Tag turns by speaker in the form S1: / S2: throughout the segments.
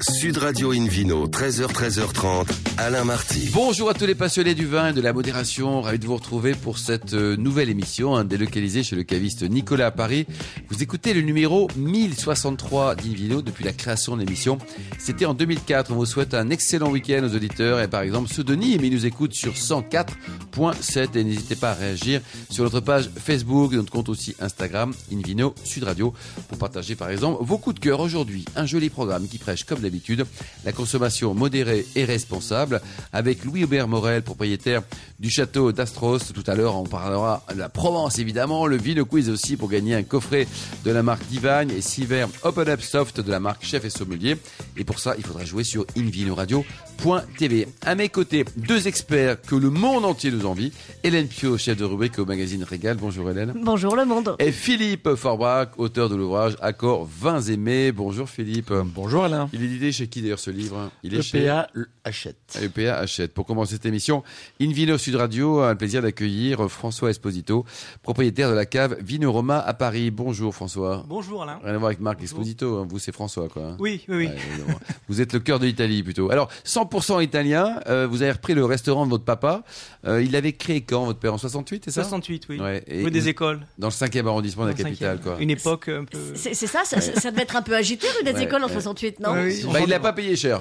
S1: Sud Radio Invino, 13h, 13h30, Alain Marty.
S2: Bonjour à tous les passionnés du vin et de la modération. Ravi de vous retrouver pour cette euh, nouvelle émission hein, délocalisée chez le caviste Nicolas à Paris. Vous écoutez le numéro 1063 d'Invino depuis la création de l'émission. C'était en 2004. On vous souhaite un excellent week-end aux auditeurs et par exemple ceux de Nîmes. Ils nous écoutent sur 104.7 et n'hésitez pas à réagir sur notre page Facebook, notre compte aussi Instagram, Invino Sud Radio pour partager par exemple vos coups de cœur aujourd'hui. Un joli programme qui prêche comme d'habitude la consommation modérée et responsable avec Louis-Aubert Morel, propriétaire du château d'Astros. Tout à l'heure, on parlera de la Provence évidemment, le Vino Quiz aussi pour gagner un coffret de la marque Divagne et six verres Open Up Soft de la marque Chef et Sommelier. Et pour ça, il faudra jouer sur invinoradio.tv. À mes côtés, deux experts que le monde entier nous envie. Hélène Pio, chef de rubrique au magazine Régal. Bonjour Hélène.
S3: Bonjour le monde.
S2: Et Philippe Forbach, auteur de l'ouvrage Accords vins aimés. Bonjour Philippe.
S4: Bonjour Alain.
S2: Il est édité chez qui d'ailleurs ce livre Il est chez
S4: EPA achète.
S2: EPA Hachette. Pour commencer cette émission, Invino Sud Radio a le plaisir d'accueillir François Esposito, propriétaire de la cave Vinoroma à Paris. Bonjour François.
S5: Bonjour Alain.
S2: Rien à voir avec Marc
S5: Bonjour.
S2: Esposito, hein. vous c'est François quoi. hein.
S5: Oui, oui, oui.
S2: Ouais, évidemment. vous êtes le cœur de l'Italie plutôt. Alors, 100% italien, euh, vous avez repris le restaurant de votre papa. Euh, il l'avait créé quand, votre père En 68, c'est ça
S5: 68, oui.
S2: Ouais, et
S5: Rue
S2: vous-
S5: des écoles.
S2: Dans le 5e arrondissement de la
S5: dans le
S2: capitale,
S5: cinquième.
S2: quoi.
S5: Une époque euh, un peu.
S3: C'est c'est ça, ça, ça devait être un peu agité rue des
S2: Ouais,
S3: écoles en
S2: ouais.
S3: 68, non
S5: Ouais, oui.
S2: Bah, il l'a pas payé cher.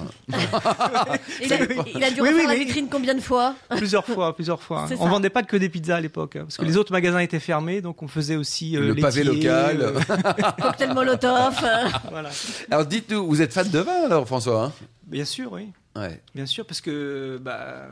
S3: il, a, il a dû
S5: Oui,
S3: refaire
S5: oui,
S3: la
S5: oui.
S3: vitrine combien de fois
S5: Plusieurs fois, plusieurs fois. hein.
S3: C'est
S5: On
S3: ça.
S5: vendait pas que des pizzas à l'époque, hein, parce que les autres magasins étaient fermés, donc on faisait aussi euh,
S2: le pavé
S5: laitier,
S2: local.
S5: euh,
S3: Cocktail Molotov. euh.
S5: voilà.
S2: Alors, dites-nous, vous êtes fan de vin alors, François hein
S5: Bien sûr, oui,
S2: Ouais.
S5: bien sûr, parce que bah,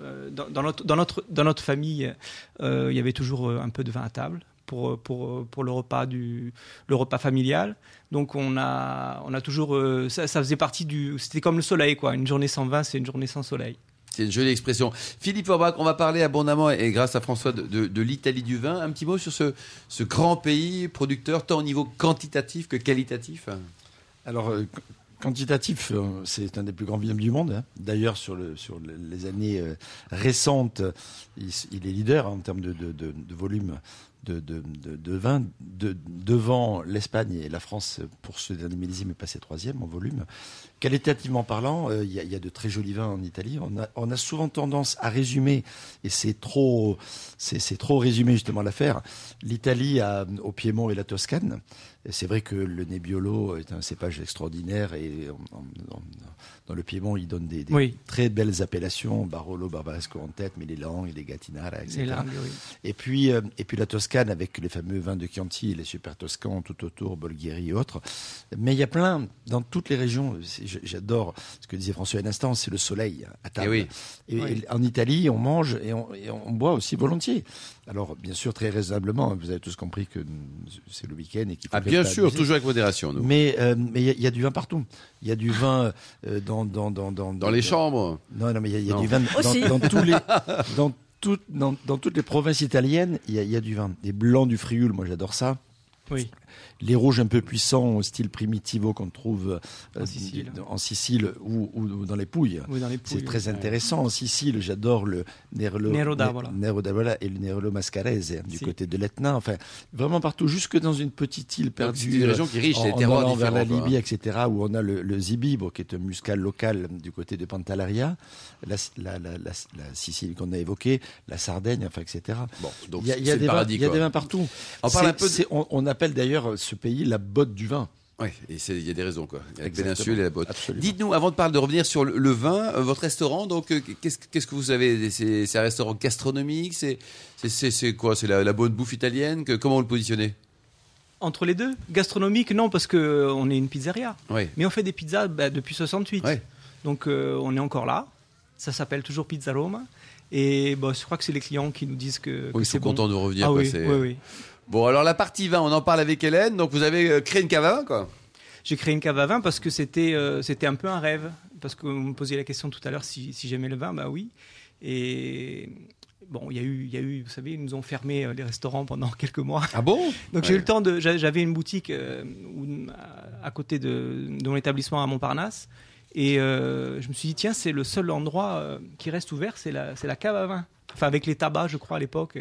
S5: euh, dans, dans notre dans notre dans notre famille, euh, il y avait toujours euh, un peu de vin à table pour euh, pour euh, pour le repas du le repas familial. Donc on a on a toujours euh, ça, ça faisait partie du c'était comme le soleil quoi. Une journée sans vin, c'est une journée sans soleil.
S2: C'est une jolie expression. Philippe Orbach, on va parler abondamment et grâce à François de, de- de l'Italie du vin. Un petit mot sur ce, ce grand pays producteur, tant au niveau quantitatif que qualitatif. Ah,
S4: Alors, euh, qu- quantitatif, euh, c'est un des plus grands vignobles du monde. hein. D'ailleurs, sur, le, sur le- les années euh, récentes, euh, il, s- il est leader hein, en termes de, de- de- de volume de, de, de- de vin, de- devant l'Espagne et la France euh, pour ce dernier millésime est passé troisième en volume. Qualitativement parlant, euh, il y, a- il y a de très jolis vins en Italie. On a, on a souvent tendance à résumer, et c'est trop, c'est c'est trop résumé justement l'affaire, l'Italie à- au Piémont et la Toscane. Et C'est vrai que le Nebbiolo est un cépage extraordinaire et on- on- on- dans le Piémont, il donne des, des
S5: Oui.
S4: très belles appellations, Barolo, Barbaresco en tête, mais les Langues, les Gattinara, etc.
S5: C'est là, oui.
S4: Et puis, euh, et puis la Toscane avec les fameux vins de Chianti, les super toscans tout autour, Bolgheri et autres. Mais il y a plein, dans toutes les régions, c'est- j- j'adore ce que disait François à l'instant, c'est le soleil à table.
S2: Eh oui.
S4: Et- et
S5: Oui.
S4: en Italie, on mange et on, et on boit aussi volontiers. Alors, bien sûr, très raisonnablement, hein, vous avez tous compris que c'est le week-end et qu'il
S2: Ah,
S4: faut pas abuser.
S2: avec modération,
S4: Mais euh, mais il y, a- il y a du vin partout. Il y a du vin euh, dans, dans, dans, dans,
S2: Dans les chambres.
S4: non, non, mais il y a, il y a
S2: Non.
S4: du vin dans-
S3: Aussi.
S4: dans, tous les, dans, tout- dans, dans toutes les provinces italiennes. Il y, a, il y a du vin. Des blancs du Frioul, moi j'adore ça.
S5: Oui.
S4: Les rouges un peu puissants, au style primitivo qu'on trouve euh,
S5: En Sicile.
S4: en Sicile ou, ou- ou dans les Pouilles.
S5: Oui, dans les
S4: C'est
S5: pouilles.
S4: très intéressant. En Sicile, j'adore le Nerlo,
S5: Nero d'Avola.
S4: Nero d'Avola et le Nerlo Mascarese hein, du
S5: Si.
S4: côté de l'Etna. Enfin, vraiment partout, jusque dans une petite île
S2: Donc, C'est
S4: perdue.
S2: une
S4: euh,
S2: région qui est riche,
S4: en,
S2: des
S4: en
S2: terroirs
S4: allant vers
S2: différents.
S4: la
S2: quoi,
S4: Libye,
S2: hein.
S4: etc., où on a le, le zibibo, qui est un muscal local du côté de Pantelleria, la, la, la, la- la Sicile qu'on a évoquée, la Sardaigne, enfin, etc.
S2: Bon, donc
S4: il y a, il y
S2: c'est
S4: a
S2: le
S4: des vins,
S2: paradis.
S4: il y a
S2: quoi.
S4: des vins partout.
S2: On parle un
S4: C'est-
S2: peu de-
S4: c'est- on, on appelle d'ailleurs ce pays la botte du vin.
S2: Ouais, et c'est- il y a des raisons. Quoi. Il y a la
S4: Exactement.
S2: péninsule et la botte.
S4: Absolument.
S2: Dites-nous, avant de parler de revenir sur le, le vin, euh, votre restaurant, donc euh, qu'est-ce qu'est-ce que vous avez C'est c'est un restaurant gastronomique C'est- c'est- C'est c'est quoi C'est la, la bonne bouffe italienne que, Comment vous le positionnez
S5: Entre les deux Gastronomique, non, parce que euh, on est une pizzeria.
S2: Ouais.
S5: Mais on fait des pizzas bah, depuis 68.
S2: Ouais.
S5: Donc euh, on est encore là. Ça s'appelle toujours Pizza Roma. Et bah, je crois que c'est les clients qui nous disent que, que
S2: Oui, ils
S5: c'est
S2: sont
S5: bon.
S2: contents de revenir.
S5: Ah
S2: quoi,
S5: oui,
S2: c'est-
S5: oui, oui.
S2: Bon, alors la partie vin, on en parle avec Hélène. Donc vous avez euh, créé une cave à vin, quoi.
S5: J'ai créé une cave à vin parce que c'était euh, c'était un peu un rêve. Parce que vous me posiez la question tout à l'heure si, si j'aimais le vin, bah oui. Et bon, il y, a eu- il y a eu, vous savez, ils nous ont fermé euh, les restaurants pendant quelques mois.
S2: Ah bon
S5: Donc j'ai eu
S2: Ouais.
S5: le temps de. j'a- J'avais une boutique euh, où- à- à côté de, de mon établissement à Montparnasse. Et euh, je me suis dit, tiens, c'est le seul endroit euh, qui reste ouvert, c'est la, c'est la cave à vin. enfin avec les tabacs, je crois, à l'époque.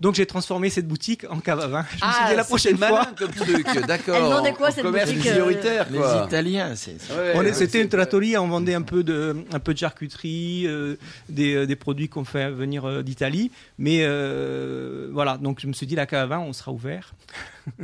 S5: Donc j'ai transformé cette boutique en cave à vin. Je me
S2: Ah,
S5: suis dit la
S2: c'est
S5: prochaine fois.
S2: malin comme truc, d'accord.
S3: Elle vendait
S2: En-
S3: quoi,
S2: en
S3: cette
S2: commerce
S3: boutique, euh,
S2: prioritaire,
S4: Les
S2: quoi.
S4: Italiens, c'est ça.
S2: Ouais,
S5: On est-
S2: ouais,
S5: C'était
S2: c'est-
S5: une trattoria, on vendait un peu de, un peu de charcuterie, euh, des, euh, des produits qu'on fait venir euh, d'Italie. Mais euh, voilà, donc je me suis dit, la cave à vin, on sera ouvert.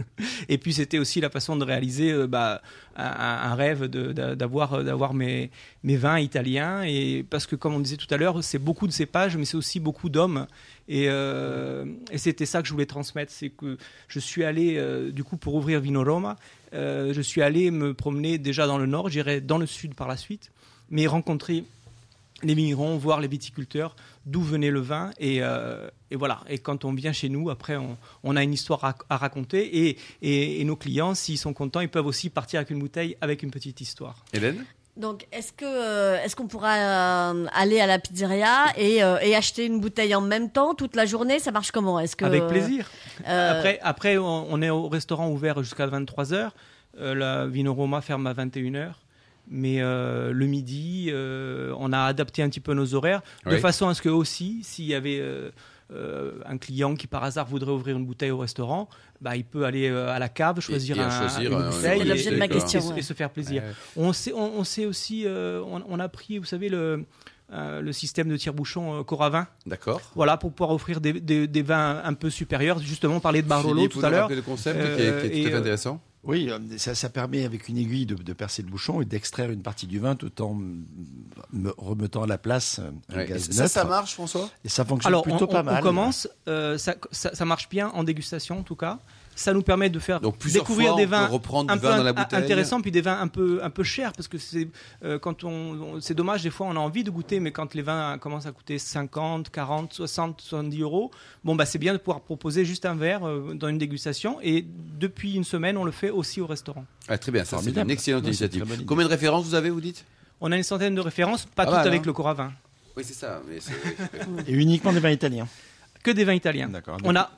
S5: Et puis c'était aussi la façon de réaliser euh, bah, un, un rêve de- d'a- d'avoir euh, d'avoir mes, mes vins italiens. Et parce que, comme on disait tout à l'heure, c'est beaucoup de cépages, mais c'est aussi beaucoup d'hommes. Et, euh, et c'était ça que je voulais transmettre. C'est que je suis allé, euh, du coup, pour ouvrir Vino Roma, euh, je suis allé me promener déjà dans le nord, j'irai dans le sud par la suite, mais rencontrer les vignerons, voir les viticulteurs, d'où venait le vin. Et, euh, et voilà. Et quand on vient chez nous, après, on, on a une histoire à, à raconter. Et, et- et nos clients, s'ils sont contents, ils peuvent aussi partir avec une bouteille, avec une petite histoire.
S2: Hélène
S3: Donc, est-ce que euh, est-ce qu'on pourra euh, aller à la pizzeria et, euh, et acheter une bouteille en même temps toute la journée Ça marche comment Est-ce que
S5: Avec plaisir.
S3: euh,
S5: Après, après on, on est au restaurant ouvert jusqu'à 23h. la Vino Roma ferme à 21h. Mais euh, le midi, euh, on a adapté un petit peu nos horaires de
S2: Oui.
S5: façon à ce que aussi, s'il y avait euh, euh, un client qui par hasard voudrait ouvrir une bouteille au restaurant, bah, il peut aller euh, à la cave, choisir,
S2: et en
S5: un-
S2: choisir,
S5: une
S2: euh,
S3: C'est
S5: bouteille et-
S3: l'objet de ma
S5: et-
S3: question,
S5: et se-
S3: ouais.
S5: et se faire plaisir. On sait, on, on sait aussi, euh, on, on a pris, vous savez, le, euh, le système de tire-bouchon euh, Coravin
S2: D'accord.
S5: voilà, pour pouvoir offrir des, des- des vins un peu supérieurs. Justement, on parlait de Barolo
S2: Philippe,
S5: tout
S2: vous
S5: à
S2: nous
S5: l'heure.
S2: rappelez Le concept qui est, qui est
S5: Euh,
S2: tout à
S5: et,
S2: fait
S5: euh,
S2: intéressant.
S4: Oui, euh, ça, ça permet avec une aiguille de, de percer le bouchon et d'extraire une partie du vin tout en mm, me remettant à la place euh, un
S2: Ouais. Et
S4: gaz
S2: ça, ça
S4: neutre.
S2: marche, François
S4: Et ça fonctionne
S5: Alors, on,
S4: plutôt pas
S5: on- on
S4: mal.
S5: commence, euh, ça, ça- ça marche bien en dégustation en tout cas. Ça nous permet de faire
S2: Donc plusieurs
S5: découvrir
S2: fois,
S5: des
S2: on
S5: vins
S2: peut reprendre
S5: un
S2: du
S5: peu
S2: vin dans la
S5: in-
S2: bouteille.
S5: intéressants, puis des vins un peu, un peu chers, parce que c'est euh, quand on, on- c'est dommage, des fois on a envie de goûter, mais quand les vins commencent à coûter 50, 40, 60, 70 euros, bon bah c'est bien de pouvoir proposer juste un verre euh, dans une dégustation, et depuis une semaine on le fait aussi au restaurant.
S2: Ah, Très bien, ça, c'est
S4: Formidable.
S2: une excellente
S4: Non, c'est une
S2: initiative.
S4: très bonne idée.
S2: Combien de références vous avez, vous dites
S5: On a une centaine de références, pas
S2: Ah,
S5: toutes
S2: voilà.
S5: avec le Coravin,
S2: Oui, c'est ça. mais c'est-
S4: Et uniquement des vins italiens.
S5: que des vins italiens.
S4: D'accord.
S5: on a,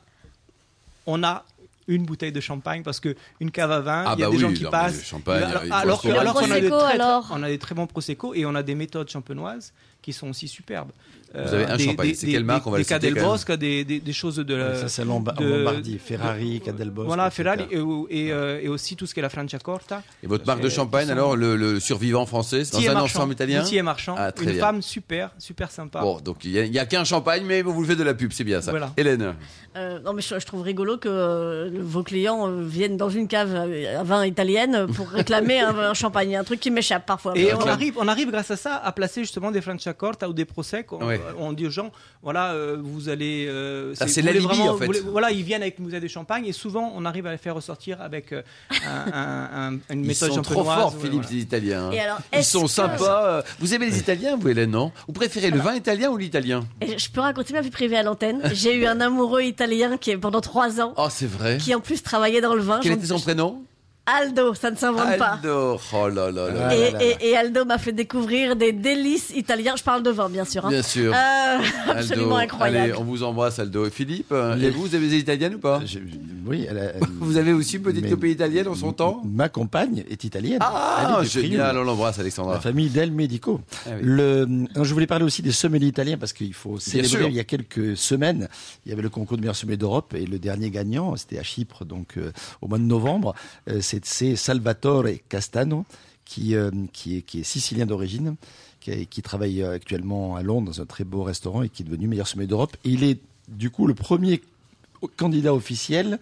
S5: on a une bouteille de champagne parce que une cave à vin,
S2: Ah
S5: il y a
S2: bah
S5: des
S2: oui,
S5: gens qui
S2: non, mais le
S5: passent.
S2: champagne,
S5: alors,
S2: il faut
S5: alors
S2: se
S5: que-
S2: trouver.
S5: alors qu'on a des
S3: Prosecco,
S5: très- très-
S3: alors
S5: on a des très bons prosecco et on a des méthodes champenoises qui sont aussi superbes. Euh,
S2: Vous avez un
S5: des-
S2: champagne,
S5: des-
S2: c'est
S5: des-
S2: quelle marque On va
S5: Des
S2: le citer
S5: Cadel
S2: quand même.
S5: Bosque, des, des, des choses de la.
S4: Ça, c'est Lomba-
S5: de-
S4: Lombardie,
S5: de-
S4: Ferrari, Cadel Bosque,
S5: Voilà,
S4: etc.
S5: Ferrari et, et, euh, et aussi tout ce qu'est la Franciacorta.
S2: Et votre marque de
S5: euh,
S2: champagne, alors, le, le survivant français, c'est dans
S5: Thiers
S2: un
S5: Marchand,
S2: ensemble italien
S5: Thiers Marchand,
S2: Ah, très
S5: une
S2: bien.
S5: femme super, super sympa.
S2: Bon, donc il n'y a, qu'un champagne, mais vous le faites de la pub, c'est bien ça.
S5: Voilà.
S2: Hélène
S3: euh, non mais je, je trouve rigolo que euh, vos clients euh, viennent dans une cave euh, à vin italienne pour réclamer un, un champagne, un truc qui m'échappe parfois.
S5: Et on
S2: Claire.
S5: arrive, on arrive grâce à ça à placer justement des Franciacorta ou des Prosecco. On- euh,
S2: Ouais.
S5: On dit aux gens, voilà, euh, vous allez. euh,
S2: Ah, c'est
S5: vous voulez
S2: l'alibi, en fait.
S5: vous voulez- voilà, ils viennent avec une bouteille de champagne et souvent on arrive à les faire ressortir avec euh, un- un- un- une
S2: Ils
S5: méthode
S2: sont trop
S5: champenoise,
S2: forts,
S5: ouais,
S2: Philippe,
S5: voilà.
S2: les Italiens. hein.
S3: Et alors,
S2: Ils
S3: est-ce
S2: sont
S3: que-
S2: sympas. Vous aimez les Italiens, vous, Hélène, non Vous préférez le vin italien ou l'italien
S3: Et je peux raconter ma vie privée à l'antenne. J'ai eu un amoureux italien qui est pendant trois ans,
S2: Oh, c'est vrai.
S3: qui en plus travaillait dans le vin.
S2: Quel
S3: J'en-
S2: était son prénom
S3: Aldo, ça ne s'invente pas.
S2: Aldo. Oh là là là.
S4: Ah
S3: Et,
S4: là là.
S3: et- et Aldo m'a fait découvrir des délices italiens. Je parle de vin, bien sûr. hein.
S2: Bien sûr.
S3: Euh,
S2: Aldo.
S3: absolument incroyable.
S2: Allez, on vous embrasse, Aldo. Et Philippe, euh,
S4: Les-
S2: et vous, vous aimez les Italiennes ou pas
S4: Je- oui, elle a- elle-
S2: Vous avez aussi une petite
S4: Mais-
S2: copine italienne en son temps
S4: Ma compagne est italienne.
S2: Ah,
S4: Elle est de
S2: génial,
S4: Frioul,
S2: on l'embrasse,
S4: La
S2: Alexandra.
S4: famille Del Medico.
S2: Ah oui.
S4: Le, non, je voulais parler aussi des sommeliers italiens parce qu'il faut
S2: sûr.
S4: célébrer. Il y a quelques semaines, il y avait le concours de meilleur sommelier d'Europe et le dernier gagnant, c'était à Chypre, donc euh, au mois de novembre, euh, c'est c'est Salvatore Castano qui, euh, qui, est, qui est sicilien d'origine, qui, est- qui travaille euh, actuellement à Londres dans un très beau restaurant et qui est devenu meilleur sommelier d'Europe. Et il est du coup le premier candidat officiel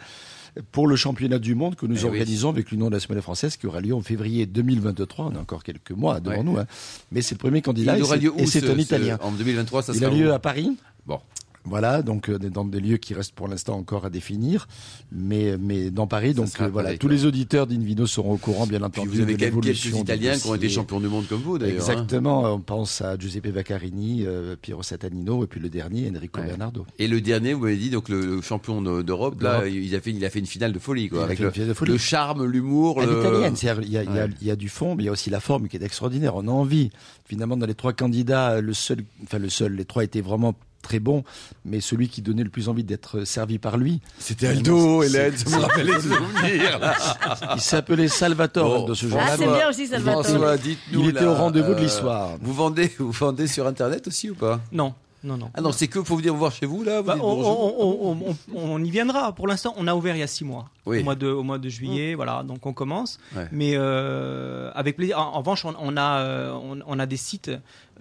S4: pour le championnat du monde que nous
S2: Eh oui.
S4: organisons avec l'Union nationale française qui aura lieu en février 2023. On a encore quelques mois devant
S2: Ouais.
S4: nous. hein. Mais c'est le premier
S2: Il
S4: candidat et
S2: aura
S4: c'est-
S2: lieu où
S4: et c'est
S2: ce-
S4: un
S2: ce-
S4: Italien.
S2: En 2023, ça
S4: Il
S2: sera
S4: a lieu
S2: où
S4: à Paris.
S2: Bon.
S4: Voilà, donc euh, dans des lieux qui restent pour l'instant encore à définir, mais, mais dans Paris. Donc
S2: sera
S4: euh,
S2: à
S4: voilà,
S2: Paris,
S4: tous
S2: quoi.
S4: les auditeurs d'Invino seront au courant, bien
S2: Puis
S4: entendu.
S2: vous avez
S4: de
S2: quand même quelques
S4: l'évolution du
S2: Italiens qui ont été
S4: dossier.
S2: champions du monde comme vous, d'ailleurs. hein.
S4: Exactement, on pense à Giuseppe Vaccarini, euh, Piero Satannino, et puis le dernier, Enrico
S2: Ouais.
S4: Bernardo.
S2: Et le dernier, vous m'avez dit, donc le, le champion de- d'Europe, là,
S4: D'Europe.
S2: il a, fait, il a fait une finale de folie, quoi.
S4: Il a
S2: avec
S4: fait une
S2: le,
S4: finale de folie.
S2: le charme, l'humour.
S4: À
S2: le-
S4: l'italienne, c'est-à-dire, il y, a- il y a-
S2: Ouais.
S4: il y a du fond, mais il y a aussi la forme qui est extraordinaire. On a envie. Finalement, dans les trois candidats, le seul, enfin le seul, les trois étaient vraiment très bons, mais celui qui donnait le plus envie d'être servi par lui,
S2: C'était
S4: Non,
S2: Aldo,
S4: c'est-
S2: Hélène, ça me rappelle les souvenirs. là.
S4: il s'appelait Salvatore
S2: Bon.
S4: de ce
S3: Ah,
S4: jour-là.
S3: c'est bien aussi, Salvatore.
S2: François, dites-nous.
S4: Il était
S2: là,
S4: au rendez-vous de
S2: euh,
S4: l'histoire.
S2: Vous vendez, vous vendez sur Internet aussi ou pas
S5: Non, Non, non.
S2: Ah non, c'est que faut venir vous voir chez vous là. Vous
S5: Bah,
S2: dites
S5: on,
S2: bonjour.
S5: on- on- on- on- on y viendra. Pour l'instant, on a ouvert il y a six mois,
S2: Oui.
S5: au, mois de, au mois de juillet, voilà. Donc on commence,
S2: Ouais.
S5: mais euh, avec plaisir. En, en revanche, on, on a euh, on, on a des sites.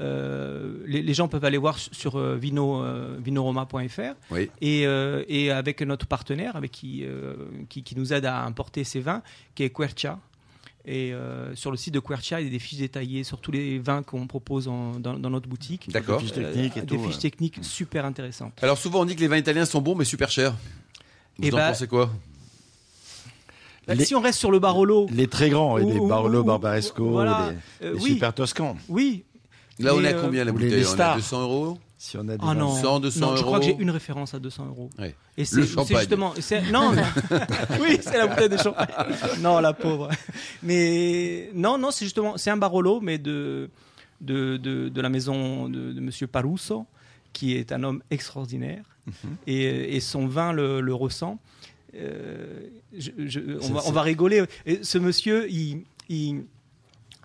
S5: euh, les, les gens peuvent aller voir sur, sur, euh, vino euh, vinoroma.fr
S2: Oui.
S5: et, euh, et avec notre partenaire, avec qui, euh, qui qui nous aide à importer ces vins, qui est Quercia. Et euh, sur le site de Quercia, il y a des fiches détaillées sur tous les vins qu'on propose en- dans, dans notre boutique.
S2: D'accord.
S4: Des fiches techniques et
S5: Euh, des
S4: tout, hein.
S5: fiches
S4: ouais. Mmh.
S5: techniques super intéressantes.
S2: Alors souvent on dit que les vins italiens sont bons mais super chers. Vous
S5: Eh
S2: en
S5: bah,
S2: pensez quoi
S5: Bah,
S4: Les-
S5: Si on reste sur le Barolo,
S4: Les très grands, et
S5: Ou-
S4: les
S5: ou-
S4: Barolo,
S5: ou-
S4: Barbaresco,
S5: voilà.
S4: les,
S5: Euh,
S4: les
S5: oui.
S4: super toscans.
S5: oui.
S2: Là on
S5: mais,
S2: est à
S5: euh,
S2: combien la
S4: ou les-
S2: bouteille
S4: les
S2: On est à
S4: stars.
S2: 200 euros.
S4: Si on a des
S5: Ah non,
S2: 100, 200
S5: non, je crois que
S2: euros.
S5: j'ai une référence à 200 euros.
S2: Ouais.
S5: Et c'est c'est
S2: champagne.
S5: justement, c'est- non, mais- oui, c'est la bouteille de champagne. Non, la pauvre. Mais non, non, c'est justement, c'est un Barolo, mais de de, de, de la maison de, de Monsieur Paruso, qui est un homme extraordinaire,
S2: Mhm.
S5: et, et son vin le, le ressent. Euh, je- je- on,
S4: C'est-
S5: va, on
S4: c'est-
S5: va rigoler. Et ce monsieur, il- il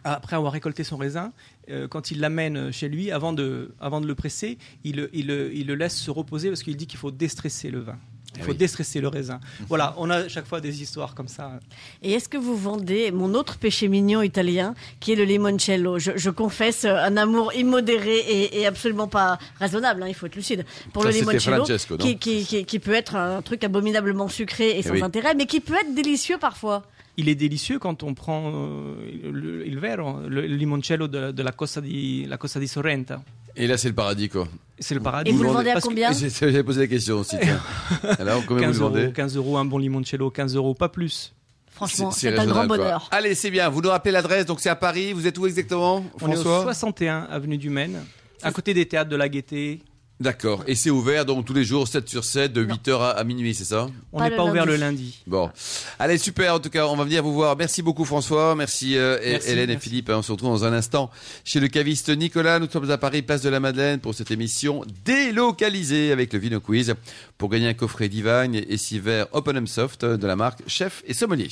S5: après avoir récolté son raisin, euh, quand il l'amène chez lui, avant de, avant de le presser, il, le- il le- il le laisse se reposer parce qu'il dit qu'il faut déstresser le vin. Il
S2: Ah
S3: Eh
S5: faut
S2: oui.
S5: déstresser le raisin.
S3: Mhm.
S5: Voilà, on a à chaque fois des histoires comme ça.
S3: Et est-ce que vous vendez mon autre péché mignon italien, qui est le limoncello je, je confesse euh, un amour immodéré et, et absolument pas raisonnable, hein, il faut être lucide, pour
S2: Ça,
S3: le
S2: c'était
S3: limoncello,
S2: Francesco, non Eh
S3: qui, qui- qui- qui peut être un truc abominablement sucré et sans
S2: oui.
S3: intérêt, mais qui peut être délicieux parfois. Il
S5: Il est délicieux quand on prend euh, le, il vero, le limoncello de, de la, Costa di, la Costa di Sorrenta.
S2: Et là c'est le paradis quoi.
S5: C'est le paradis.
S3: Et vous le vendez à
S5: Parce que
S3: combien
S2: J'ai- J'avais posé la question aussi. tiens. Alors combien vous
S5: 15
S2: le vendez
S5: euros, 15 euros un bon limoncello, 15 euros, pas plus.
S3: Franchement,
S2: C'est-
S3: c'est un grand
S2: raisonnable, quoi.
S3: bonheur.
S2: Allez, c'est bien. Vous nous rappelez l'adresse, donc c'est à Paris. Vous êtes où exactement,
S5: On est au
S2: François
S5: 61 avenue du Maine, à côté des théâtres de la Gaîté.
S2: D'accord. Et c'est ouvert donc tous les jours, 7 sur 7, de 8h à, à minuit, c'est ça
S5: On
S3: Pas
S5: n'est
S3: le
S5: pas ouvert
S3: lundi.
S5: le lundi.
S2: Bon. Allez, super. En tout cas, on va venir vous voir. Merci beaucoup, François. Merci, euh, et-
S5: Merci,
S2: Hélène
S5: merci.
S2: et Philippe. On se retrouve dans un instant chez le caviste Nicolas. Nous sommes à Paris, place de la Madeleine, pour cette émission délocalisée avec le Vino Quiz pour gagner un coffret Divagne et 6 verres Open Home Soft de la marque Chef et Sommelier.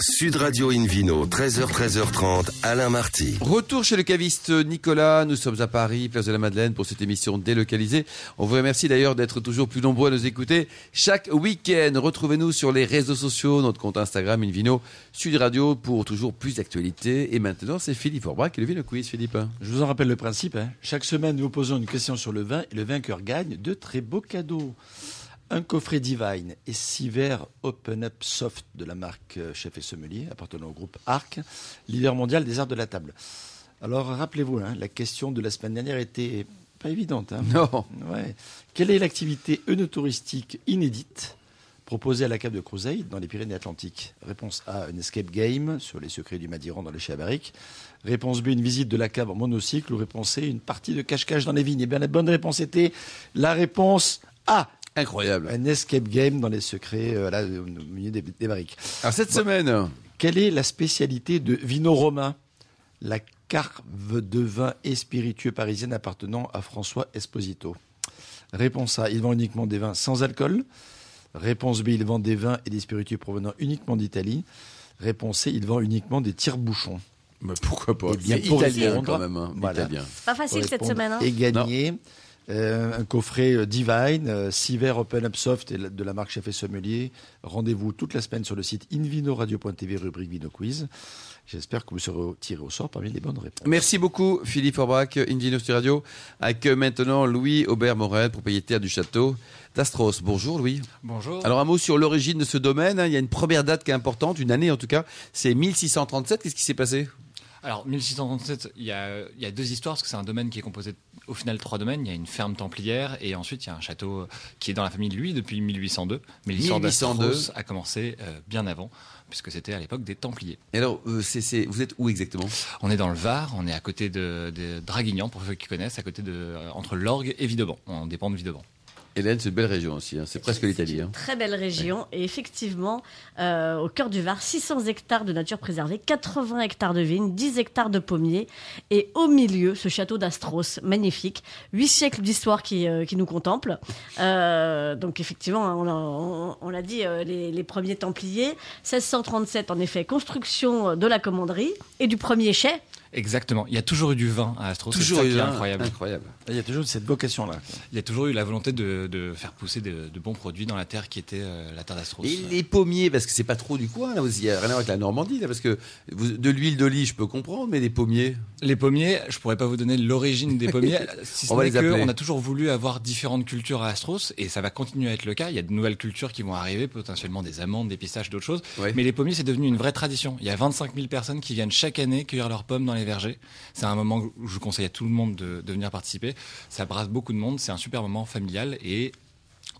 S1: Sud Radio Invino, 13h, 13h30, Alain Marty.
S2: Retour chez le caviste Nicolas. Nous sommes à Paris, place de la Madeleine, pour cette émission délocalisée. On vous remercie d'ailleurs d'être toujours plus nombreux à nous écouter chaque week-end. Retrouvez-nous sur les réseaux sociaux, notre compte Instagram, Invino, Sud Radio, pour toujours plus d'actualités. Et maintenant, c'est Philippe Orbach qui le Vino Quiz. Philippe.
S4: Je vous en rappelle le principe. hein. Chaque semaine, nous posons une question sur le vin et le vainqueur gagne de très beaux cadeaux. Un coffret Divine et six verres Open Up Soft de la marque euh, Chef et Sommelier, appartenant au groupe ARC, leader mondial des arts de la table. Alors, rappelez-vous, hein, la question de la semaine dernière était pas évidente. hein.
S2: Non.
S4: Ouais. Quelle est l'activité œnotouristique inédite proposée à la cave de Crouseille dans les Pyrénées-Atlantiques Réponse A, un escape game sur les secrets du Madiran dans les Chabariques. Réponse B, une visite de la cave en monocycle. Ou réponse C, une partie de cache-cache dans les vignes. Eh bien, la bonne réponse était la réponse A,
S2: Incroyable.
S4: un escape game dans les secrets euh, là, au milieu des, des barriques.
S2: Alors, cette semaine,
S4: Quelle est la spécialité de Vino Roma La carve de vin et spiritueux parisienne appartenant à François Esposito. Réponse A, il vend uniquement des vins sans alcool. Réponse B, il vend des vins et des spiritueux provenant uniquement d'Italie. Réponse C, il vend uniquement des tire-bouchons.
S2: mais pourquoi pas
S4: Eh bien,
S2: C'est
S4: pour
S2: italien
S4: répondre,
S2: quand même. hein.
S4: voilà.
S2: Italien.
S3: Pas facile cette
S4: Répondre
S3: semaine. hein.
S4: Et gagner euh, un coffret euh, Divine, euh, six verres Open Up Soft et la- de la marque Chef et Sommelier. Rendez-vous toute la semaine sur le site invinoradio.tv, rubrique Vino Quiz. J'espère que vous serez tiré au sort parmi les bonnes réponses.
S2: Merci beaucoup Philippe Orbach, Indino Studio Radio, avec euh, maintenant Louis Aubert Morel, propriétaire du château d'Astros. Bonjour Louis.
S6: Bonjour.
S2: Alors un mot sur l'origine de ce domaine. hein. Il y a une première date qui est importante, une année en tout cas. C'est 1637. Qu'est-ce qui s'est passé
S6: Alors, 1637, il y, a, il y a deux histoires, parce que c'est un domaine qui est composé de- au final de trois domaines. Il y a une ferme templière et ensuite il y a un château euh, qui est dans la famille de lui depuis 1802. Mais l'histoire
S2: 1802.
S6: d'Astros a commencé euh, bien avant, puisque c'était à l'époque des Templiers.
S2: Et alors, euh, c'est- c'est- vous êtes où exactement
S6: On est dans le Var, on est à côté de, de Draguignan, pour ceux qui connaissent, à côté de, euh, entre l'Orgue et Vidauban. On dépend de Vidauban.
S2: Hélène, c'est une belle région aussi. hein. C'est presque l'Italie. hein.
S3: Très belle région. Et effectivement, euh, au cœur du Var, 600 hectares de nature préservée, 80 hectares de vignes, 10 hectares de pommiers. Et au milieu, ce château d'Astros, magnifique. 8 siècles d'histoire qui, euh, qui nous contemplent. Euh, donc effectivement, hein, on l'a- on on l'a dit, euh, les, les premiers Templiers. 1637, en effet, construction euh, de la commanderie et du premier chai.
S6: Exactement. Il y a toujours eu du vin à Astros.
S2: Toujours
S6: c'est
S2: eu
S6: ça
S2: hein.
S6: qui est
S2: un-
S6: incroyable.
S2: incroyable.
S4: Il y a toujours cette vocation-là.
S6: Il y a toujours eu la volonté de, de faire pousser de, de bons produits dans la terre qui était euh, la terre d'Astros.
S2: Et les pommiers, parce que c'est pas trop du coin, là, il n'y a rien à voir avec la Normandie, là, parce que vous- de l'huile d'olive, je peux comprendre, mais les pommiers.
S6: Les pommiers, je pourrais pas vous donner l'origine des pommiers, si ce
S2: On va
S6: n'est
S2: les appeler.
S6: qu'on a toujours voulu avoir différentes cultures à Astros, et ça va continuer à être le cas. Il y a de nouvelles cultures qui vont arriver, potentiellement des amandes, des pistaches, d'autres choses.
S2: Ouais.
S6: Mais les pommiers, c'est devenu une vraie tradition. Il y a 25 000 personnes qui viennent chaque année cueillir leurs pommes dans les vergers. C'est un moment où je vous conseille à tout le monde de, de venir participer. Ça brasse beaucoup de monde, c'est un super moment familial, et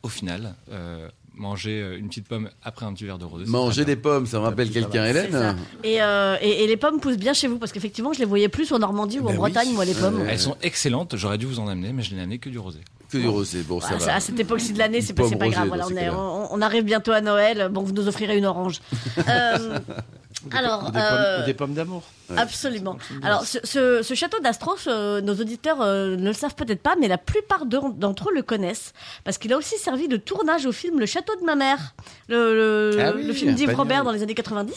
S6: au final, euh, manger euh, une petite pomme après un petit verre de rosé. c'est
S2: Manger
S6: très
S2: des pommes, ça me rappelle quelqu'un,
S3: C'est ça.
S2: Ah, Hélène.
S3: Et, euh, et, et les pommes poussent bien chez vous parce qu'effectivement, je les voyais plus en Normandie ou en
S4: Ben oui.
S3: Bretagne, moi, les pommes.
S6: bien. Elles sont excellentes, j'aurais dû vous en amener, mais je n'ai amené que du rosé.
S2: Que du rosé, bon, ça
S3: Voilà,
S2: va.
S3: à cette époque-ci de l'année,
S2: Une
S3: c'est pas,
S2: pomme
S3: c'est pas
S2: rosée
S3: grave.
S2: dans
S3: Voilà,
S2: ces
S3: on, est-
S2: cas-là.
S3: on- on arrive bientôt à Noël. Bon, vous nous offrirez une orange. Euh, alors,
S4: Ou des,
S3: euh,
S4: pommes, ou des pommes d'amour.
S3: absolument. Alors, ce, ce- ce château d'Astros, euh, nos auditeurs euh, ne le savent peut-être pas, mais la plupart d'en- d'entre eux le connaissent parce qu'il a aussi servi de tournage au film Le Château de ma mère, le, le-
S2: Ah oui,
S3: le film d'Yves
S2: Pagnol.
S3: Robert dans les années 90.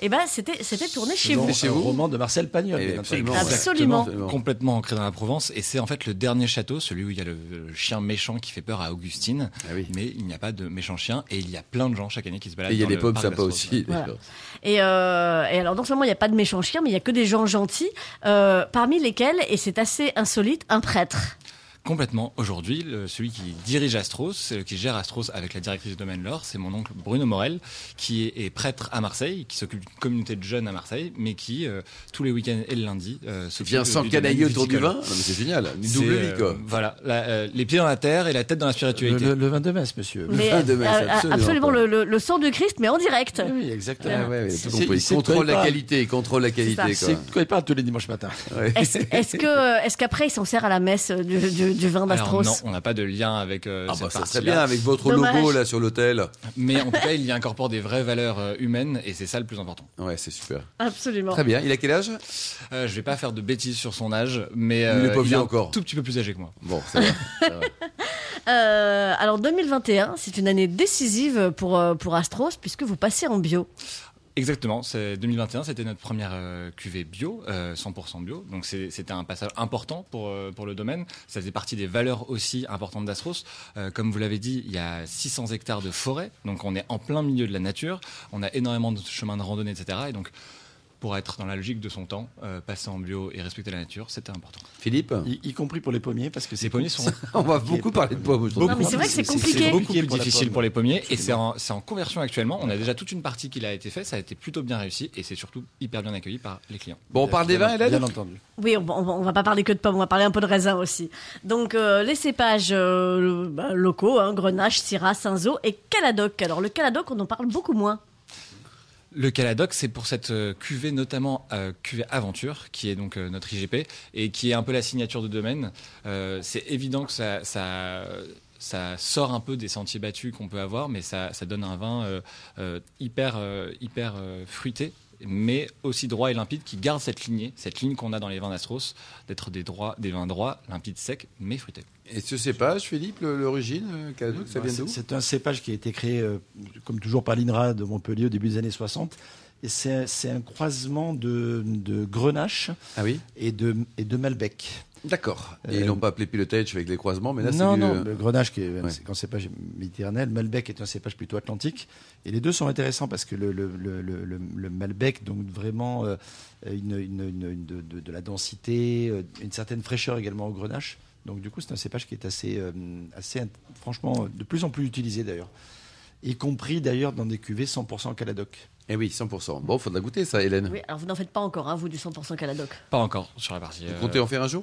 S3: Et ben, c'était c'était tourné chez vous.
S4: Selon
S2: chez
S4: un
S2: vous
S4: roman de Marcel Pagnol.
S2: Eh,
S4: bien
S2: absolument,
S4: entendu.
S2: ouais.
S3: Absolument.
S2: Absolument.
S6: complètement ancré dans la Provence et c'est en fait le dernier château, celui où il y a le, le chien méchant qui fait peur à Augustine.
S2: Ah oui.
S6: Mais il n'y a pas de méchant chien et il y a plein de gens chaque année qui se baladent.
S2: Et il y a
S6: dans
S2: des
S6: le
S2: pommes
S6: parc
S2: sympas
S6: d'Astros.
S2: aussi.
S3: Voilà.
S2: d'ailleurs.
S3: Et, euh, et alors, non seulement il n'y a pas de méchants chiens, mais il n'y a que des gens gentils, euh, parmi lesquels, et c'est assez insolite, un prêtre.
S6: Complètement. Aujourd'hui, le- celui qui dirige Astros, euh, qui gère Astros avec la directrice du domaine l'or, c'est mon oncle Bruno Morel, qui est, est prêtre à Marseille, qui s'occupe d'une communauté de jeunes à Marseille, mais qui euh, tous les week-ends et le lundi euh, s'occupe
S2: Viens
S6: du
S2: sans
S6: domaine
S2: canailler autour du
S6: viticole.
S2: vin. Non, mais c'est génial. Une
S6: C'est,
S2: double vie,
S6: euh,
S2: quoi.
S6: Voilà, La- euh, les pieds dans la terre et la tête dans la
S4: Le,
S6: spiritualité.
S4: le, le 22 messe, monsieur.
S2: Mais- vin de messe, absolument.
S3: euh, le, le- le sang de Christ, mais en direct.
S4: Oui, oui, exactement.
S2: Ah ouais, ouais,
S4: C'est-
S2: tout
S4: c'est-
S2: compris.
S4: c'est-
S2: contrôle
S4: c'est-
S2: la qualité, il contrôle la qualité.
S3: ça.
S4: C'est
S2: Quoi.
S4: de quoi il parle tous les dimanches matins.
S2: Ouais.
S3: Est-ce est-ce que, euh, est-ce qu'après, il s'en sert à la messe euh, du, du- du vin
S6: Alors
S3: d'Astros
S6: non, on n'a pas de lien avec euh,
S2: Ah
S6: cette
S2: bah ça serait
S6: partie-là.
S2: bien avec votre logo
S3: Dommage.
S2: là sur l'hôtel.
S6: Mais en tout cas, il y incorpore des vraies valeurs euh, humaines et c'est ça le plus important.
S2: Ouais, c'est super.
S3: Absolument.
S2: Très bien. Il a quel âge
S6: Euh, je vais pas faire de bêtises sur son âge, mais euh,
S2: Il est pas vieux
S6: est un
S2: encore.
S6: tout petit peu plus âgé que moi.
S2: Bon, ça va.
S3: Euh, alors 2021, c'est une année décisive pour, euh, pour Astros, puisque vous passez en bio.
S6: Exactement, c'est 2021, c'était notre première euh, cuvée bio, euh, 100% bio. Donc c'est- c'était un passage important pour euh, pour le domaine. Ça faisait partie des valeurs aussi importantes d'Astros. Euh, comme vous l'avez dit, il y a 600 hectares de forêt, donc on est en plein milieu de la nature. On a énormément de chemins de randonnée, etc. Et donc pour être dans la logique de son temps, euh, passer en bio et respecter la nature, c'était important.
S2: Philippe,
S4: Y, y compris pour les pommiers, parce que
S6: Ces
S4: c'est
S6: pommiers sont
S2: on va beaucoup parler de pommes aujourd'hui.
S3: Non, mais c'est vrai que c'est compliqué.
S6: C'est beaucoup plus
S4: pour la
S6: difficile
S4: pomme.
S6: pour les pommiers et c'est en, c'est en conversion actuellement. On a déjà toute une partie qui a été faite, ça a été plutôt bien réussi et c'est surtout hyper bien accueilli par les clients.
S2: Bon, on parle des vins,
S4: Bien
S2: Hélène
S4: entendu.
S3: Oui, on, va- on va- on va pas parler que de pommes, on va parler un peu de raisin aussi. Donc euh, les cépages euh, le- bah, locaux, hein, Grenache, Syrah, Cinzo et Caladoc. Alors le Caladoc, on en parle beaucoup moins.
S6: Le Caladoc, c'est pour cette euh, cuvée notamment euh, cuvée Aventure, qui est donc euh, notre IGP et qui est un peu la signature de domaine. Euh, c'est évident que ça, ça, ça sort un peu des sentiers battus qu'on peut avoir, mais ça, ça donne un vin euh, euh, hyper, euh, hyper euh, fruité mais aussi droit et limpide, qui garde cette lignée, cette ligne qu'on a dans les vins d'Astros, d'être des, droits, des vins droits, limpides, secs, mais fruités.
S2: Et ce cépage, Philippe, le- l'origine, euh, Caladoc, ça
S4: Bah,
S2: vient
S4: c'est-
S2: d'où
S4: C'est un cépage qui a été créé, euh, comme toujours, par l'INRA de Montpellier au début des années 60. Et c'est c'est un croisement de, de grenache
S2: Ah oui
S4: et de, et de malbec.
S2: D'accord. Et ils
S4: Euh,
S2: l'ont pas appelé pilotage avec les croisements, mais là c'est
S4: non,
S2: du... euh,
S4: non, le grenache, qui est,
S2: Ouais.
S4: c'est un cépage méditerranéen, le malbec est un cépage plutôt atlantique. Et les deux sont intéressants parce que le, le, le, le, le- le malbec, donc vraiment euh, une, une- une- une- de, de- de la densité, euh, une certaine fraîcheur également au grenache. Donc du coup, c'est un cépage qui est assez, euh, assez int- franchement, euh, de plus en plus utilisé d'ailleurs. Y compris d'ailleurs dans des cuvées 100% caladoc.
S2: Eh oui, 100%. Bon, faudra goûter ça, Hélène.
S3: Oui, alors vous n'en faites pas encore, hein, vous, du 100% Caladoc.
S6: Pas encore sur la partie.
S2: Vous
S6: euh,
S2: comptez en faire un jour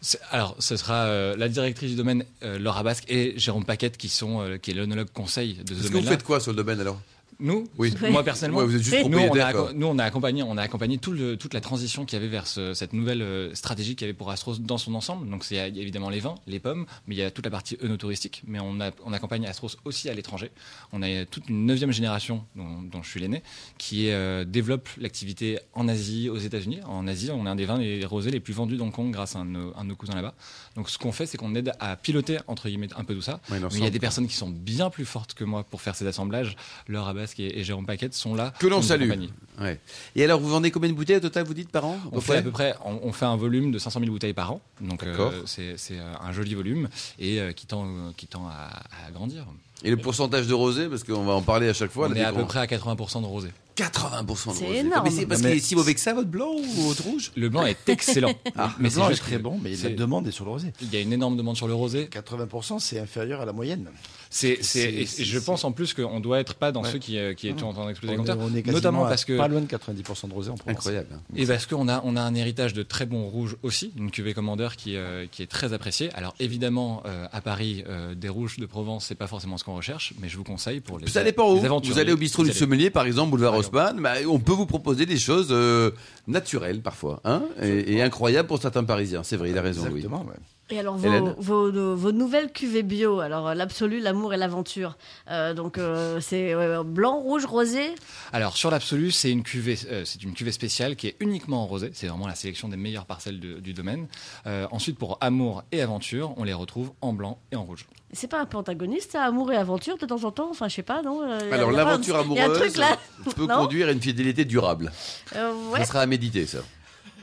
S6: C'est- Alors, ce sera euh, la directrice du domaine, euh, Laura Basque, et Jérôme Paquette, qui, sont, euh, qui est l'onologue conseil de ce
S2: Est-ce que vous
S6: domaine-là.
S2: faites quoi sur le domaine alors
S6: Nous
S2: Oui.
S6: Moi, personnellement
S2: Ouais, vous êtes juste
S6: nous, on a,
S2: propriétaire. quoi.
S6: acco- nous, on a accompagné, on a accompagné tout le- toute la transition qu'il y avait vers ce- cette nouvelle euh, stratégie qu'il y avait pour Astros dans son ensemble. Donc, c'est- il y a il y a évidemment les vins, les pommes, mais il y a toute la partie œnotouristique. Mais on, a- on accompagne Astros aussi à l'étranger. On a toute une neuvième génération, dont, dont je suis l'aîné, qui euh, développe l'activité en Asie, aux États-Unis. En Asie, on est un des vins et rosés les plus vendus d'Hong Kong grâce à un de nos, un de nos cousins là-bas. Donc, ce qu'on fait, c'est qu'on aide à piloter, entre guillemets, un peu tout ça.
S2: Ouais,
S6: Mais il y a des personnes qui sont bien plus fortes que moi pour faire ces assemblages. Laura Abbas Maresque et, et Jérôme Paquette sont là.
S2: Que l'on
S6: pour nous
S2: salue.
S6: accompagner.
S2: Ouais. Et alors, vous vendez combien de bouteilles au total, vous dites, par an à peu
S6: On fait
S2: près
S6: à peu près, on, on fait un volume de 500 000 bouteilles par an, donc euh,
S2: D'accord.
S6: c'est c'est, euh, un joli volume et euh, qui tend, euh, qui tend à, à grandir.
S2: Et le pourcentage de rosé, parce qu'on va en parler à chaque fois.
S6: on
S2: là,
S6: est
S2: dès
S6: à
S2: qu'on-
S6: peu près à 80% de rosé.
S2: 80% de
S3: C'est
S2: rosé.
S3: énorme.
S2: Mais c'est parce
S6: Non, mais-
S2: qu'il est si mauvais que ça, votre blanc ou votre rouge
S6: Le blanc est excellent, mais
S4: Ah, Le
S6: c'est
S4: blanc est
S6: juste
S4: très
S6: que
S4: bon, mais la
S6: c'est-
S4: demande est sur le rosé.
S6: Il y a une énorme demande sur le rosé.
S4: 80%, c'est inférieur à la moyenne.
S6: C'est, c'est-
S4: C'est-
S6: et-
S4: c'est-
S6: et je pense en plus qu'on doit être pas dans
S4: Ouais.
S6: ceux qui, euh, qui
S4: Non,
S6: étaient en train d'exploser
S4: on,
S6: comme ça,
S4: est- on est quasiment
S6: notamment
S4: à
S6: parce que
S4: pas loin de 90% de rosé en Provence.
S2: Incroyable. hein.
S6: Et parce qu'on a, on a un héritage de très bons rouges aussi, une cuvée commandeur qui, euh, qui est très appréciée. Alors évidemment, euh, à Paris, euh, des rouges de Provence, c'est pas forcément ce qu'on recherche, mais je vous conseille pour les
S2: Ça dépend où.
S6: les aventuriers,
S2: Vous allez au bistrot
S6: vous
S2: du
S6: allez-
S2: sommelier, par exemple, boulevard
S6: Par
S2: Haussmann, bah, on peut vous proposer des choses euh, naturelles parfois, hein, et, et incroyables pour certains Parisiens. C'est vrai, il a raison, Louis.
S4: Exactement, ouais.
S3: Et alors,
S2: Hélène.
S3: vos, vos, vos nouvelles cuvées bio, alors euh, l'absolu, l'amour et l'aventure. Euh, donc, euh, c'est ouais, blanc, rouge, rosé.
S6: Alors sur l'absolu, c'est une cuvée, euh, c'est une cuvée spéciale qui est uniquement en rosé. C'est vraiment la sélection des meilleures parcelles de- du domaine. Euh, ensuite, pour amour et aventure, on les retrouve en blanc et en rouge.
S3: C'est pas un peu antagoniste, ça, amour et aventure de temps en temps Enfin, je sais pas, non Euh, y a-
S2: Alors,
S3: y a pas un-
S2: l'aventure
S3: y a un
S2: amoureuse
S3: truc là
S2: peut
S3: Non
S2: conduire à une fidélité durable.
S3: Euh, ouais.
S2: Ça sera à méditer, ça.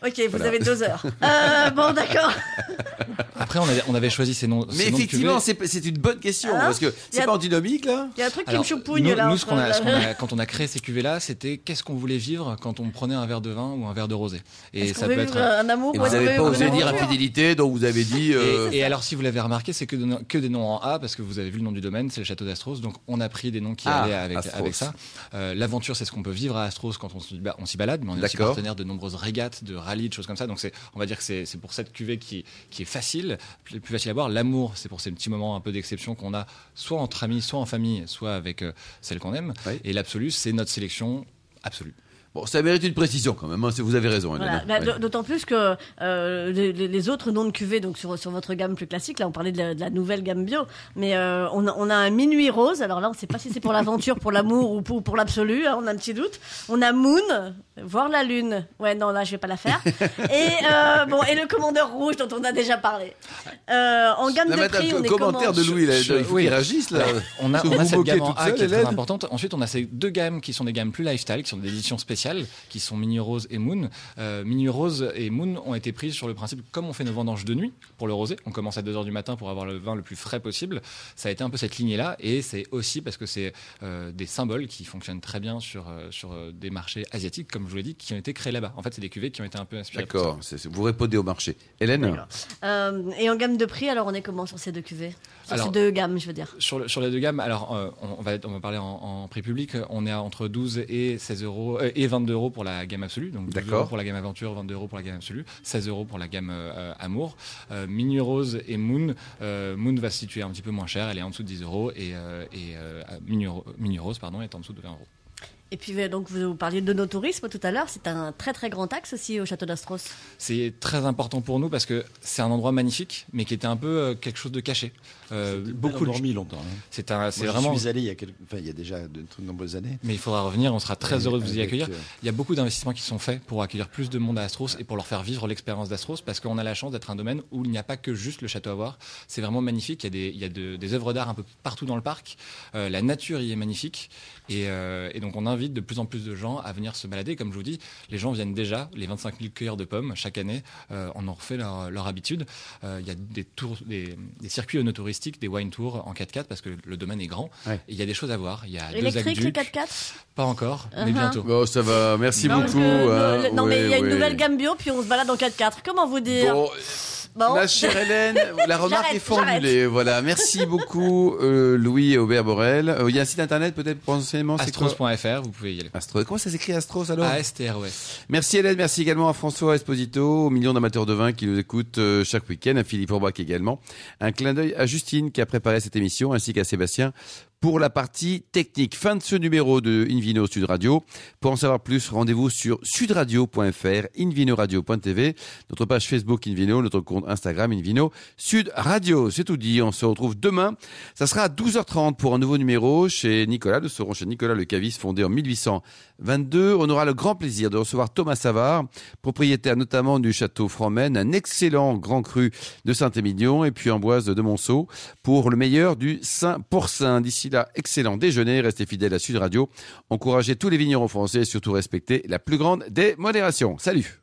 S3: Ok, vous avez deux heures. Euh, bon, d'accord.
S6: Après, on avait, on avait choisi ces noms.
S2: Mais
S6: ces noms de
S2: effectivement,
S6: cuvées.
S2: c'est c'est une bonne question,
S3: Hein
S2: parce que
S3: Y
S2: c'est
S3: a-
S2: pas antinomique, là
S3: Il y a un truc
S6: Alors,
S3: qui me choupoune
S6: nous,
S3: là.
S6: nous,
S3: entre
S6: ce qu'on a-
S3: la-
S6: ce qu'on a- quand on a créé ces cuvées-là, c'était qu'est-ce qu'on voulait vivre quand on prenait un verre de vin ou un verre de rosé. Et
S3: Est-ce
S6: ça
S3: qu'on
S6: peut
S3: veut
S6: être.
S3: vivre un amour
S2: Et
S3: ou
S2: vous
S3: est-ce qu'on
S2: n'avez
S3: veut
S2: pas
S3: vivre
S2: osé
S3: une
S2: dire
S3: aventure
S2: infidélité, donc vous avez dit. euh,
S6: Et, et alors, si vous l'avez remarqué, c'est que, de- que des noms en A, parce que vous avez vu le nom du domaine, c'est le château d'Astros, donc on a pris des noms qui
S2: Ah,
S6: allaient avec,
S2: Astros.
S6: avec ça. Euh, L'aventure, c'est ce qu'on peut vivre à Astros quand on s'y ba- on s'y balade, mais on est aussi
S2: D'accord.
S6: partenaire de nombreuses régates, de rallyes, de choses comme ça. Donc, c'est- on va dire que c'est c'est pour cette cuvée qui, qui est facile, plus plus facile à boire. L'amour, c'est pour ces petits moments un peu d'exception qu'on a, soit entre amis, soit en famille, soit avec euh, celle qu'on aime.
S2: Oui.
S6: Et l'absolu, c'est notre sélection absolue.
S2: Bon, ça mérite une précision quand même, hein, si vous avez raison, Hélène.
S3: Voilà, bah,
S2: Ouais.
S3: d- D'autant plus que euh, les, les- les autres noms de cuvées, donc sur, sur votre gamme plus classique, là on parlait de la, de la nouvelle gamme bio, mais euh, on, a, on a un minuit rose, alors là on ne sait pas si c'est pour l'aventure, pour l'amour ou pour, pour l'absolu, hein, on a un petit doute. On a Moon, voir la lune, ouais non là je vais pas la faire. Et, euh, bon, et le commandeur rouge dont on a déjà parlé. Euh, en gamme
S2: Non,
S3: de
S2: mais attends,
S3: prix, on est
S2: commentaire
S3: comment
S2: de Louis, là,
S6: Je-
S2: il faut
S6: oui.
S2: qu'il réagisse là.
S6: Alors, on a,
S2: Parce que
S6: on a
S2: vous
S6: cette
S2: moquez
S6: gamme en
S2: toute
S6: A
S2: seule,
S6: qui est très
S2: Hélène.
S6: importante. Ensuite, on a ces deux gammes qui sont des gammes plus lifestyle, qui sont des éditions spéciales, qui sont Mini Rose et Moon. Euh, Mini Rose et Moon ont été prises sur le principe, comme on fait nos vendanges de nuit pour le rosé, on commence à 2h du matin pour avoir le vin le plus frais possible. Ça a été un peu cette lignée-là, et c'est aussi parce que c'est euh, des symboles qui fonctionnent très bien sur, euh, sur euh, des marchés asiatiques, comme je vous l'ai dit, qui ont été créés là-bas. En fait, c'est des cuvées qui ont été un peu inspirées. par ça.
S2: D'accord, c'est- c'est- vous répondez au marché. Hélène,
S3: D'accord. Euh, et en gamme de prix, alors on est comment sur ces deux cuvées Sur
S6: Alors-
S3: ces deux gammes, je veux dire.
S6: Sur, le- sur les deux gammes, alors euh, on, on va, on va parler en, en prix public, euh, on est à entre 12 et 16 euros euh, et 22 euros pour la gamme absolue, donc 12
S2: D'accord.
S6: euros pour la gamme aventure, 22 euros pour la gamme absolue, 16 euros pour la gamme euh, amour. Euh, Mini Rose et Moon, euh, Moon va se situer un petit peu moins cher, elle est en dessous de 10 euros et, euh, et euh, Mini, Ro- Mini Rose pardon est en dessous de 20 euros.
S3: Et puis euh, donc vous vous parliez de nos tourisme tout à l'heure, c'est un très très grand axe aussi au château d'Astros.
S6: C'est très important pour nous parce que c'est un endroit magnifique, mais qui était un peu euh, quelque chose de caché. Euh, beaucoup de-
S4: dormi longtemps. hein.
S6: c'est un, c'est
S4: Moi, j'y
S6: vraiment.
S4: suis allé il y a, quelques- enfin, il y a déjà de, de nombreuses années.
S6: Mais il faudra revenir, on sera très
S4: Et
S6: heureux de vous y
S4: avec,
S6: accueillir.
S4: euh,
S6: Il y a beaucoup d'investissements qui sont faits pour accueillir plus de monde à Astros et pour leur faire vivre l'expérience d'Astros parce qu'on a la chance d'être un domaine où il n'y a pas que juste le château à voir. C'est vraiment magnifique. Il y a des, il y a de- des œuvres d'art un peu partout dans le parc. Euh, la nature y est magnifique. Et, euh, et donc on invite de plus en plus de gens à venir se balader. Comme je vous dis, les gens viennent déjà, les 25 000 cueilleurs de pommes chaque année, euh, on en refait leur, leur habitude. Euh, Il y a des, tours, des, des circuits touristiques, des wine tours en 4x4 parce que le domaine est grand.
S2: Ouais.
S6: Et il y a des choses à voir. Il y a
S3: Électrique
S6: Ah, deux
S3: le
S6: aqueducs.
S3: 4x4
S6: Pas encore, mais
S3: Uh-huh.
S6: bientôt.
S2: bon, Oh, ça va, merci
S3: Non, parce
S2: beaucoup.
S3: que, euh,
S2: hein.
S3: le- non, mais il y a une
S2: Ouais,
S3: nouvelle
S2: ouais.
S3: gamme bio puis on se balade en 4x4. Comment vous dire
S2: Bon,
S3: Bon.
S2: Ma chère Hélène, la remarque
S3: J'arrête,
S2: est formulée. Voilà, merci beaucoup euh, Louis et Aubert Borel. Euh, Il y a un site internet peut-être pour renseignement, c'est quoi
S6: Astros.fr, vous pouvez y aller.
S2: Astro. Comment ça s'écrit Astros alors
S6: ASTROS.
S2: Merci Hélène, merci également à François Esposito, aux millions d'amateurs de vin qui nous écoutent euh, chaque week-end, à Philippe Orbach également. Un clin d'œil à Justine qui a préparé cette émission, ainsi qu'à Sébastien pour la partie technique. Fin de ce numéro de Invino Sud Radio. Pour en savoir plus, rendez-vous sur sudradio.fr, invinoradio.tv, notre page Facebook Invino, notre compte Instagram Invino Sud Radio. C'est tout dit, on se retrouve demain. Ça sera à 12h30 pour un nouveau numéro chez Nicolas. Nous serons chez Nicolas Le Cavis, fondé en 1800. 22, on aura le grand plaisir de recevoir Thomas Savard, propriétaire notamment du château Fromen, un excellent grand cru de Saint-Émilion et puis Amboise de Monceau pour le meilleur du Saint-Pourcin. D'ici là, d'un excellent déjeuner. Restez fidèles à Sud Radio. Encouragez tous les vignerons français et surtout respectez la plus grande des modérations. Salut